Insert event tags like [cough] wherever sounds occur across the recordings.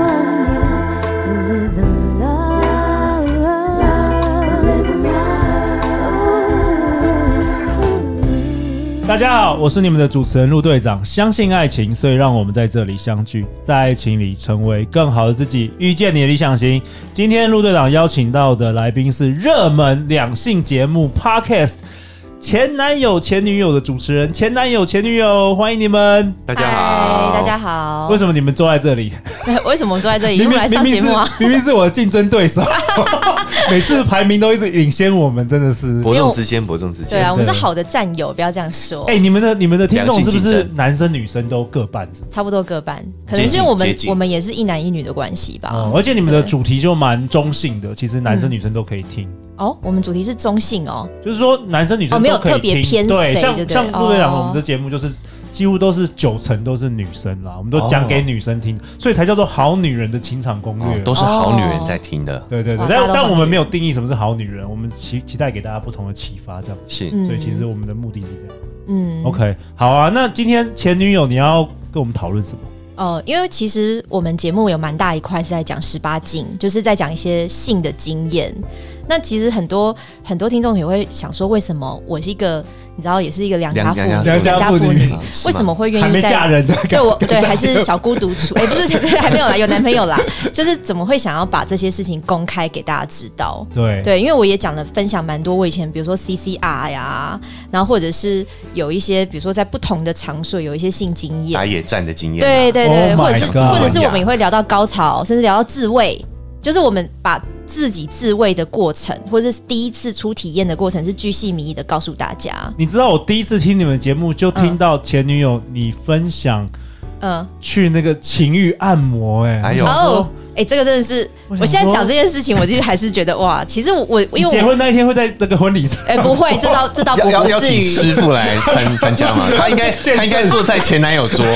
love you, live in love, live in love. 大家好，我是你们的主持人陆队长。相信爱情，所以让我们在这里相聚，在爱情里成为更好的自己，遇见你的理想型。今天陆队长邀请到的来宾是热门两性节目 Podcast《前男友前女友》的主持人，前男友前女友，欢迎你们。大家好，嗨，大家好。为什么你们坐在这里？么 [laughs] 为什么我坐在这里？因为我来上明节是目啊。明明是我的竞争 [laughs] 对手，每次排名都一直领先我们，真的是。伯仲之间，伯仲之对间，啊，我们是好的战友，不要这样说。哎、你们的你们的听众良性是不竞是争男生女生都各半？差不多各半，可能是因为我接们近我们也是一男一女的关系吧。哦，而且你们的对嗯主题就蛮中性的，其实男生女生都可以听，哦，我们主题是中性哦，就是说男生女生哦没有都可以特别听偏对，谁像就对像陆队长，哦我们的节目就是几乎都是九成都是女生啦，我们都讲哦给女生听，所以才叫做好女人的情场攻哦略。都是好女人在听的，对对对哇，大但家都但好我们女没有定义什么是好女人，我们期期待给大家不同的启发，这样子。是嗯所以其实我们的目的是这样。嗯 OK，好啊，那今天前女友你要跟我们讨论什么？哦，因为其实我们节目有蛮大一块是在讲十八禁，就是在讲一些性的经验。那其实很多很多听众也会想说，为什么我是一个你知道，也是一个良家良妇良女，良家良妇妇女女啊，是为吗什么会愿还意没在嫁人 [laughs] [laughs] 的感觉，对我对感觉还是小孤独 [laughs] 处，哎、不是还没有啦，有男朋友啦，就是怎么会想要把这些事情公开给大家知道？对对，因为我也讲了分享蛮多，我以前比如说 CCR 呀，然后或者是有一些比如说在不同的场所有一些性经验打，野战的经验啊，对对对 Oh 或者 my 是 god 或者是我们也会聊到高潮，甚至聊到自慰，就是我们把自己自慰的过程，或者是第一次初体验的过程，是巨细靡遗的告诉大家。你知道我第一次听你们节目，就听到前女友你分享嗯，去那个情欲按摩、哎，哎呦我想说哦，哎、这个真的是，我我想现在说讲这件事情，我就还是觉得哇，其实我我因为你我结婚那一天会在那个婚礼上，哎、不会，这倒这倒不要要不邀至请于，师傅来参参加 [laughs] 嘛？他应该他应该坐在前男友桌，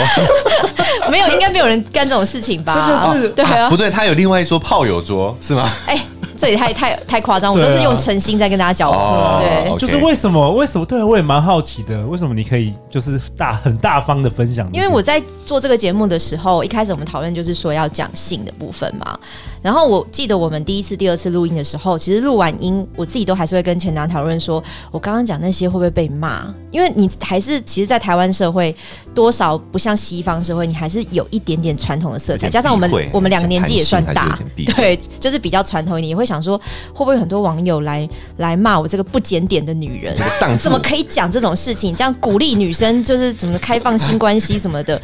没有，应该没有人干这种事情吧？真的是 [laughs] 对啊不，对，他有另外一桌炮友桌是吗？哎、这也太太太夸张，我对啊都是用诚心在跟大家交哦流，对。 OK 就是为什么？为什么？对，我也蛮好奇的，为什么你可以就是大很大方的分享这些？因为我在做这个节目的时候，一开始我们讨论就是说要讲性的部分嘛。然后我记得我们第一次、第二次录音的时候，其实录完音，我自己都还是会跟前男讨论说，我刚刚讲那些会不会被骂？因为你还是其实，在台湾社会多少不像西方社会，你还是有一点点传统的色彩，有点加上我们避讳我们两个年纪也算谈性还大是有点避，讳对，就是比较传统一点，也会想说会不会有很多网友来来骂我这个不检点的女人这。个荡妇怎么可以讲这种事情？这样鼓励女生就是怎么开放性关系什么的。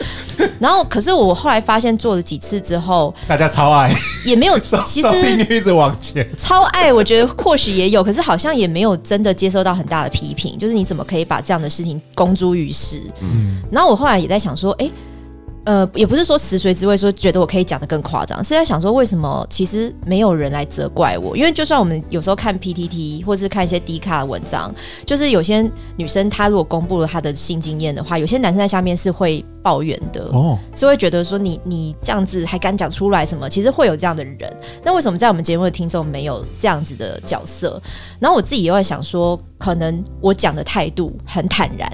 然后，可是我后来发现做了几次之后，大家超爱，[laughs] 也没有，其哦收听实率一直往前，超爱，我觉得或许也有，可是好像也没有真的接受到很大的批评。就是你怎么可以把这样的事情公诸于世？嗯，然后我后来也在想说，诶，呃，也不是说实锤之位，说觉得我可以讲的更夸张，是在想说为什么其实没有人来责怪我？因为就算我们有时候看 PTT 或是看一些低卡的文章，就是有些女生她如果公布了她的性经验的话，有些男生在下面是会抱怨的，哦，是会觉得说你你这样子还敢讲出来什么？其实会有这样的人，那为什么在我们节目的听众没有这样子的角色？然后我自己也会想说，可能我讲的态度很坦然，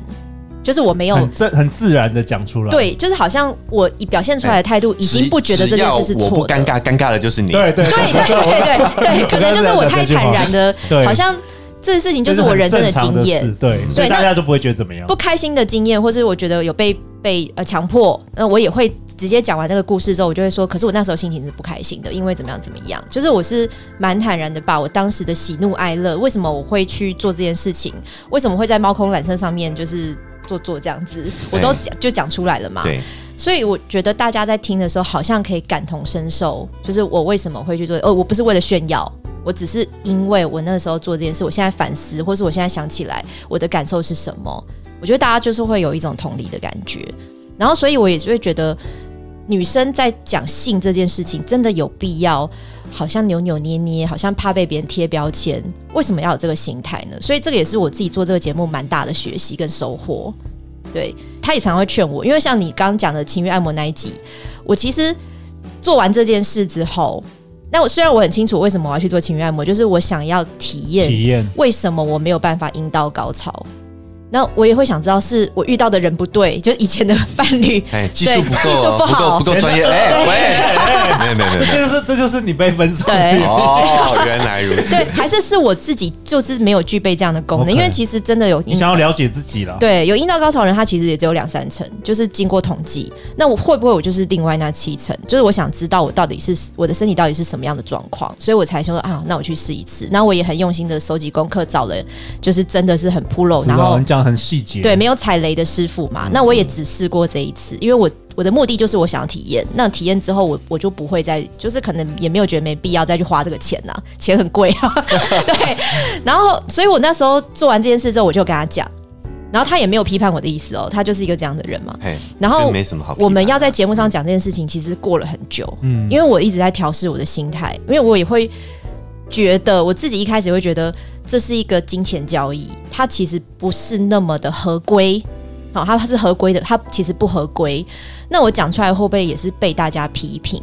就是我没有很自很自然的讲出来，对，就是好像我以表现出来的态度，已经不觉得这件事是只要我错不的。尴尬，尴尬的就是你。对对对对对对对，可能就是我太坦然的， [laughs] 对，好像这事情就是我人生这是很正常经的验事，对，嗯所以对那大家都不会觉得怎么样不。开心的经验，或是我觉得有被被呃强迫，那、我也会直接讲完那个故事之后，我就会说，可是我那时候心情是不开心的，因为怎么样怎么样，就是我是蛮坦然的把我当时的喜怒哀乐，为什么我会去做这件事情，为什么会在猫空缆车上面就是做做这样子，我都对讲就讲出来了嘛。对，所以我觉得大家在听的时候，好像可以感同身受，就是我为什么会去做，哦，我不是为了炫耀，我只是因为我那时候做这件事，我现在反思，或是我现在想起来，我的感受是什么？我觉得大家就是会有一种同理的感觉，然后所以我也就会觉得，女生在讲性这件事情，真的有必要。好像扭扭捏捏，好像怕被别人贴标签，为什么要有这个心态呢？所以这个也是我自己做这个节目蛮大的学习跟收获。对，他也常会劝我，因为像你刚刚讲的情欲按摩那一集，我其实做完这件事之后，那我虽然我很清楚为什么我要去做情欲按摩，就是我想要体验体验为什么我没有办法阴道高潮。那我也会想知道是我遇到的人不对，就是以前的伴侣 [laughs] 哎，技术不技够术哦，不不够好不够 [laughs] 专业，哎喂，没有没有没有这没有，就是这就是你被分手的对原因哦，原来如此对，，还是是我自己就是没有具备这样的功能 OK 因为其实真的有你想要了解自己了。对有阴道高潮的人，他其实也只有两三成，就是经过统计。那我会不会我就是另外那七成？就是我想知道我到底是我的身体到底是什么样的状况，所以我才说啊，那我去试一次。那我也很用心的收集功课，找了就是真的是很 pro，知然道后你讲得很细节，对，没有踩雷的师傅嘛。那我也只试过这一次，因为我我的目的就是我想要体验。那体验之后我，我就不会再，就是可能也没有觉得没必要再去花这个钱呐、钱很贵啊。 [laughs] 对，然后所以我那时候做完这件事之后，我就跟他讲，然后他也没有批判我的意思哦，他就是一个这样的人嘛。哎，然后真没什么好批判的，啊我们要在节目上讲这件事情，其实过了很久，嗯，因为我一直在调试我的心态，因为我也会觉得我自己一开始会觉得这是一个金钱交易，它其实不是那么的合规。好、它它是合规的，它其实不合规。那我讲出来会不会也是被大家批评？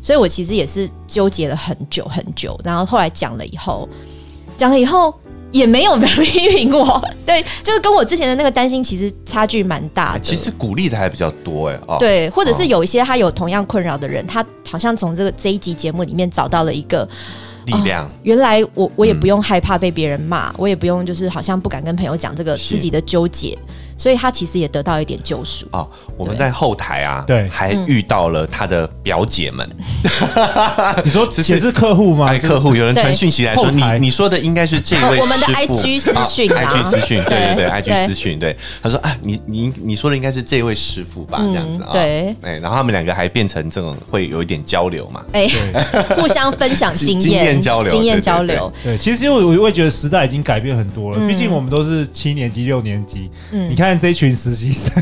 所以我其实也是纠结了很久很久，然后后来讲了以后，讲了以后也没有人 [laughs] 批评我，对，就是跟我之前的那个担心其实差距蛮大啊的。其实鼓励的还比较多哎，哦，对，或者哦是有一些他有同样困扰的人，他好像从这个这一集节目里面找到了一个，力量原来我我也不用害怕被别人骂，我也不用就是好像不敢跟朋友讲这个是自己的纠结，嗯所以他其实也得到一点救赎。哦，我们在后台啊，对嗯还遇到了他的表姐们，你说就是也是客户吗？ [laughs] 哎，客户有人传讯息来说，对你后台你说的应该是这位师傅， [laughs] 我们的 [laughs] IG 私讯啊 i g 私讯，对对对对，IG 对私讯，对，他说啊，你你你说的应该是这位师傅吧，这样子啊，嗯对，哎，然后他们两个还变成这种会有一点交流嘛，哎、 [laughs] 互相分享经经经验验交流经对验对交对流，对，其实我我会觉得时代已经改变很多嗯了，毕竟我们都是七年级、六年级，你看这群实习生，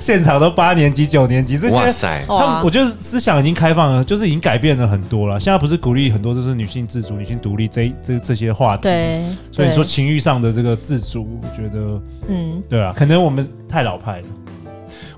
现场都八年级、九年级这些，哇塞，哇他们我觉得思想已经开放了，就是已经改变了很多了。现在不是鼓励很多就是女性自主、女性独立这这这些话题，，对，所以你说对情欲上的这个自主，我觉得嗯，对啊，可能我们太老派了，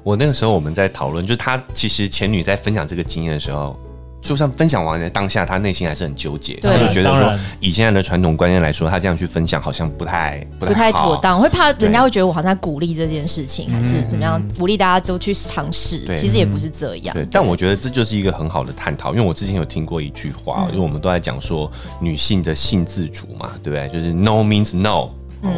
我那个时候我们在讨论，就是他其实前女在分享这个经验的时候，就算分享完的当下，他内心还是很纠结，他对就觉得当说然，以现在的传统观念来说，他这样去分享好像不太不不太好妥。当，我会怕人对家会觉得我好像在鼓励这件事情，还是怎么样，鼓励大家都去尝试对，其实也不是这样对，。但我觉得这就是一个很好的探讨，因为我之前有听过一句话，因为我们都在讲说女性的性自主嘛，对不对？就是 no means no，、哦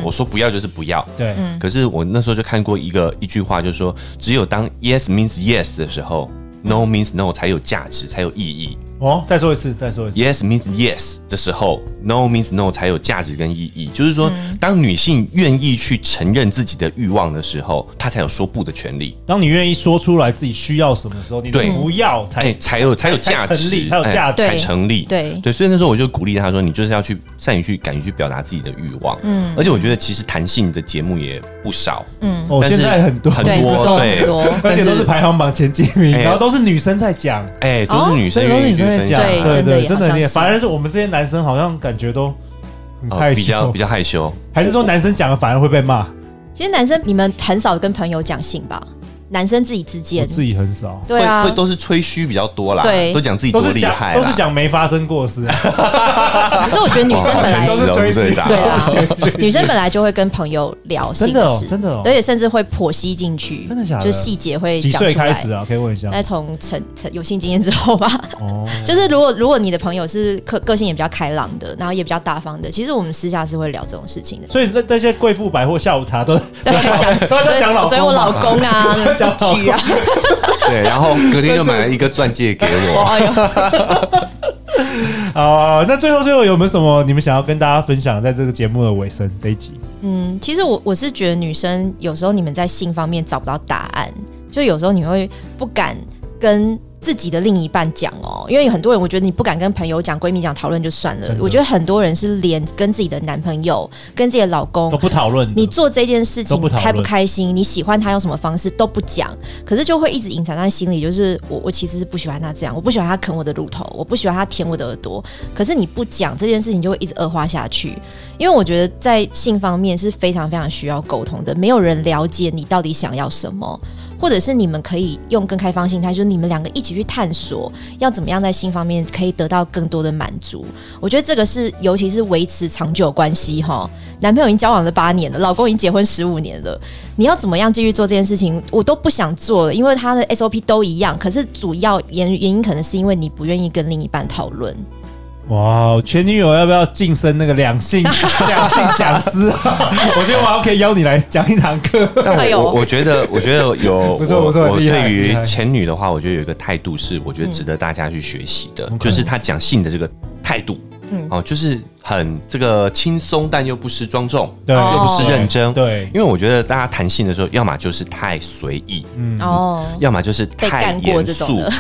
我说不要就是不要。对，嗯可是我那时候就看过一个一句话，就是说，只有当 yes means yes 的时候，no means no 才有价值，才有意义。哦，再说一次，再说一次， yes means yes 的时候，no means no 才有价值跟意义。就是说，当女性愿意去承认自己的欲望的时候，她才有说不的权利。当你愿意说出来自己需要什么的时候，你的对不要才哎、才有才有价才值，成立才有价值哎才对成立。对对，所以那时候我就鼓励他说，你就是要去善于去敢于去表达自己的欲望。嗯，而且我觉得其实弹性的节目也不少，嗯，哦，但是现在很多很对多多对很多而且都是排行榜前几名，哎然后都是女生在讲，哎、都是女生所以都是愿意女去生在讲，分享啊，哦对对真的对，也真的好像也，是反而是我们这些男生好像感觉都很哦害比较羞比，较害羞。还是说男生讲了反而会被骂？其实男生你们很少跟朋友讲性吧？男生自己之我间，自己很少。 [laughs] 对啊会，会都是吹嘘比较多啦，对都讲自己多都是厉讲害啦，哦都是讲没发生过的 [laughs] 事，啊可是我觉得女生哇好本诚来实哦，都是吴吹嘘队长，对 [laughs] 啦，女生本来就会跟朋友聊性真的哦事，啊真的哦而且甚至会剖析进去，真的假的就细节会几讲出岁开来。始啊？可以问一下。那从成成有性经验之后吧，哦， [laughs] 就是如果如果你的朋友是个个性也比较开朗的，然后也比较大方的，其实我们私下是会聊这种事情的。所以那那些贵妇百货下午茶都对，讲都在讲老公嘛所以我老公啊， [laughs] 讲老公举啊，对，然后隔天就买了一个钻戒给我。 [laughs] 啊。那最后最后有没有什么你们想要跟大家分享，在这个节目的尾声这一集？嗯，其实我我是觉得女生有时候你们在性方面找不到答案，就有时候你会不敢跟自己的另一半讲哦，因为有很多人我觉得你不敢跟朋友讲、闺蜜讲讨论就算了真，的我觉得很多人是连跟自己的男朋友、跟自己的老公都。不讨论的，你做这件事情都不讨论开不开心，你喜欢他用什么方式都不讲，可是就会一直隐藏在心里。就是我，我其实是不喜欢他这样，我不喜欢他啃我的乳头，我不喜欢他舔我的耳朵。可是你不讲这件事情，就会一直恶化下去。因为我觉得在性方面是非常非常需要沟通的，没有人了解你到底想要什么，或者是你们可以用更开放心态，就是你们两个一起去探索，要怎么样在性方面可以得到更多的满足。我觉得这个是，尤其是维持长久关系哈，男朋友已经交往了八年了，老公已经结婚十五年了，你要怎么样继续做这件事情，我都不想做了，因为他的 SOP 都一样。可是主要原原因可能是因为你不愿意跟另一半讨论。哇，前女友要不要晋升那个两性 [laughs] 两性讲师 [laughs] 啊？我觉得我好像可以邀你来讲一堂课。但哎呦我我我觉得，我觉得 [laughs] 有不错不错我我厉害对厉于害前女的话，我觉得有一个态度是，我觉得值得大家去学习的，嗯就是她讲性的这个态度，嗯哦，就是很这个轻松，但又不失庄重，对哦又不失认真，对因为我觉得大家谈性的时候，要么就是太随意，嗯哦，要么就是被太干过严这种肃的，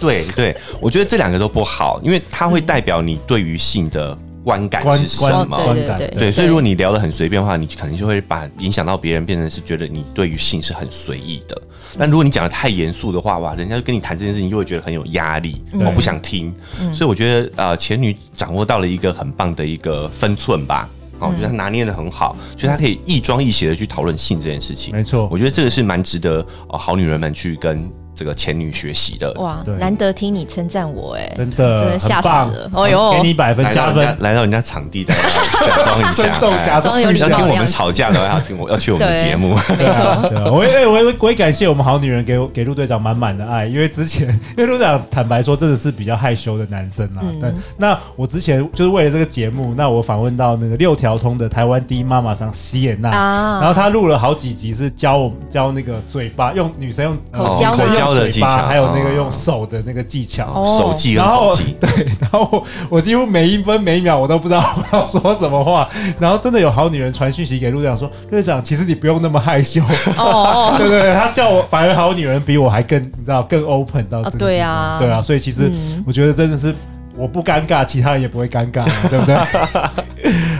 对对，我觉得这两个都不好，因为它会代表你对于性的观感观是什观么。对观对感对对，所以如果你聊得很随便的话，你可能就会把影响到别人，变成是觉得你对于性是很随意的。但如果你讲的太严肃的话，哇，人家就跟你谈这件事情，就会觉得很有压力，我、不想听。所以我觉得呃，前女掌握到了一个很棒的一个分寸吧。哦，我觉得她拿捏的很好，所以她可以亦庄亦谐的去讨论性这件事情。没错我觉得这个是蛮值得呃好女人们去跟这个前女学习的。哇对，难得听你称赞我哎、真的真的很吓死棒了哎呦给你百分来到加人家分，来到人家场地的，假装一 [laughs] 下，尊重哎假装有礼要听貌的我样们子。吵架的话，要听我要去我们的对节目。[laughs] 没错， [laughs] 对啊，我也我也我也感谢我们好女人给我给陆队长满满的爱，因为之前因为陆队长坦白说真的是比较害羞的男生啊。嗯对，那我之前就是为了这个节目，那我访问到那个六条通的台湾第一妈妈桑西野娜，啊然后她录了好几集是教我们教那个嘴巴用女生用口交女生口交用的嘴技巴，巧还有那个哦用手的那个技巧。哦手记跟然后口技，对， [laughs] 然后我我几乎每一分每一秒我都不知道 [laughs] 我要说什么话，然后真的有好女人传讯息给陆队长说，陆队长其实你不用那么害羞，哦，对对对，他叫我，反而好女人比我还更，你知道更 open 到这个地啊步、对啊对啊，所以其实嗯我觉得真的是我不尴尬，其他人也不会尴尬，对 [laughs] 不对？好、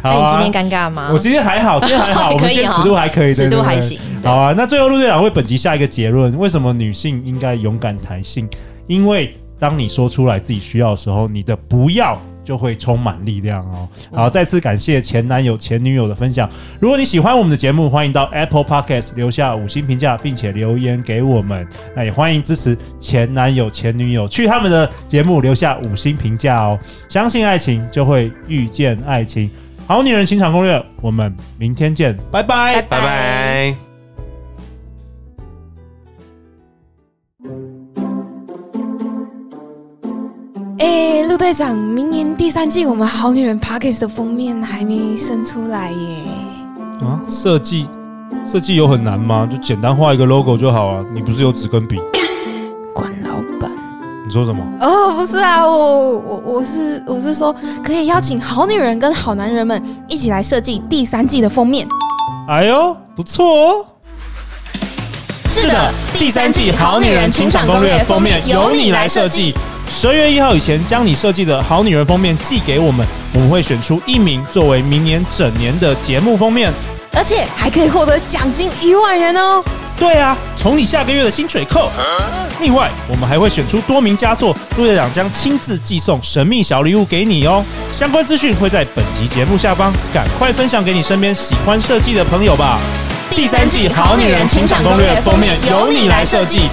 那啊，你今天尴尬吗？我今天还好，今天还好， [laughs] 我们今天尺度还可以，尺度对对对还行对好啊，那最后陆队长为本集下一个结论：为什么女性应该勇敢谈性？因为当你说出来自己需要的时候，你的不要。就会充满力量哦。好，再次感谢前男友、前女友的分享。如果你喜欢我们的节目，欢迎到 Apple Podcast 留下五星评价，并且留言给我们。那也欢迎支持前男友、前女友去他们的节目留下五星评价哦。相信爱情，就会遇见爱情。好女人情场攻略，我们明天见，拜拜。拜拜。哎，陆队长，明年第三季我们《好女人 Pockets》的封面还没生出来耶。啊，设计设计有很难吗？就简单画一个 logo 就好啊。你不是有纸跟笔？管老板。你说什么？哦，不是啊，我我我是我是说，可以邀请好女人跟好男人们一起来设计第三季的封面。哎呦，不错哦。是计。十二月一号以前将你设计的好女人封面寄给我们，我们会选出一名作为明年整年的节目封面。而且还可以获得奖金一万元哦。对啊，从你下个月的薪水扣。啊另外，我们还会选出多名佳作，陆队长将亲自寄送神秘小礼物给你哦。相关资讯会在本集节目下方，赶快分享给你身边喜欢设计的朋友吧。第第三季好女人情场攻略封面由你来设计，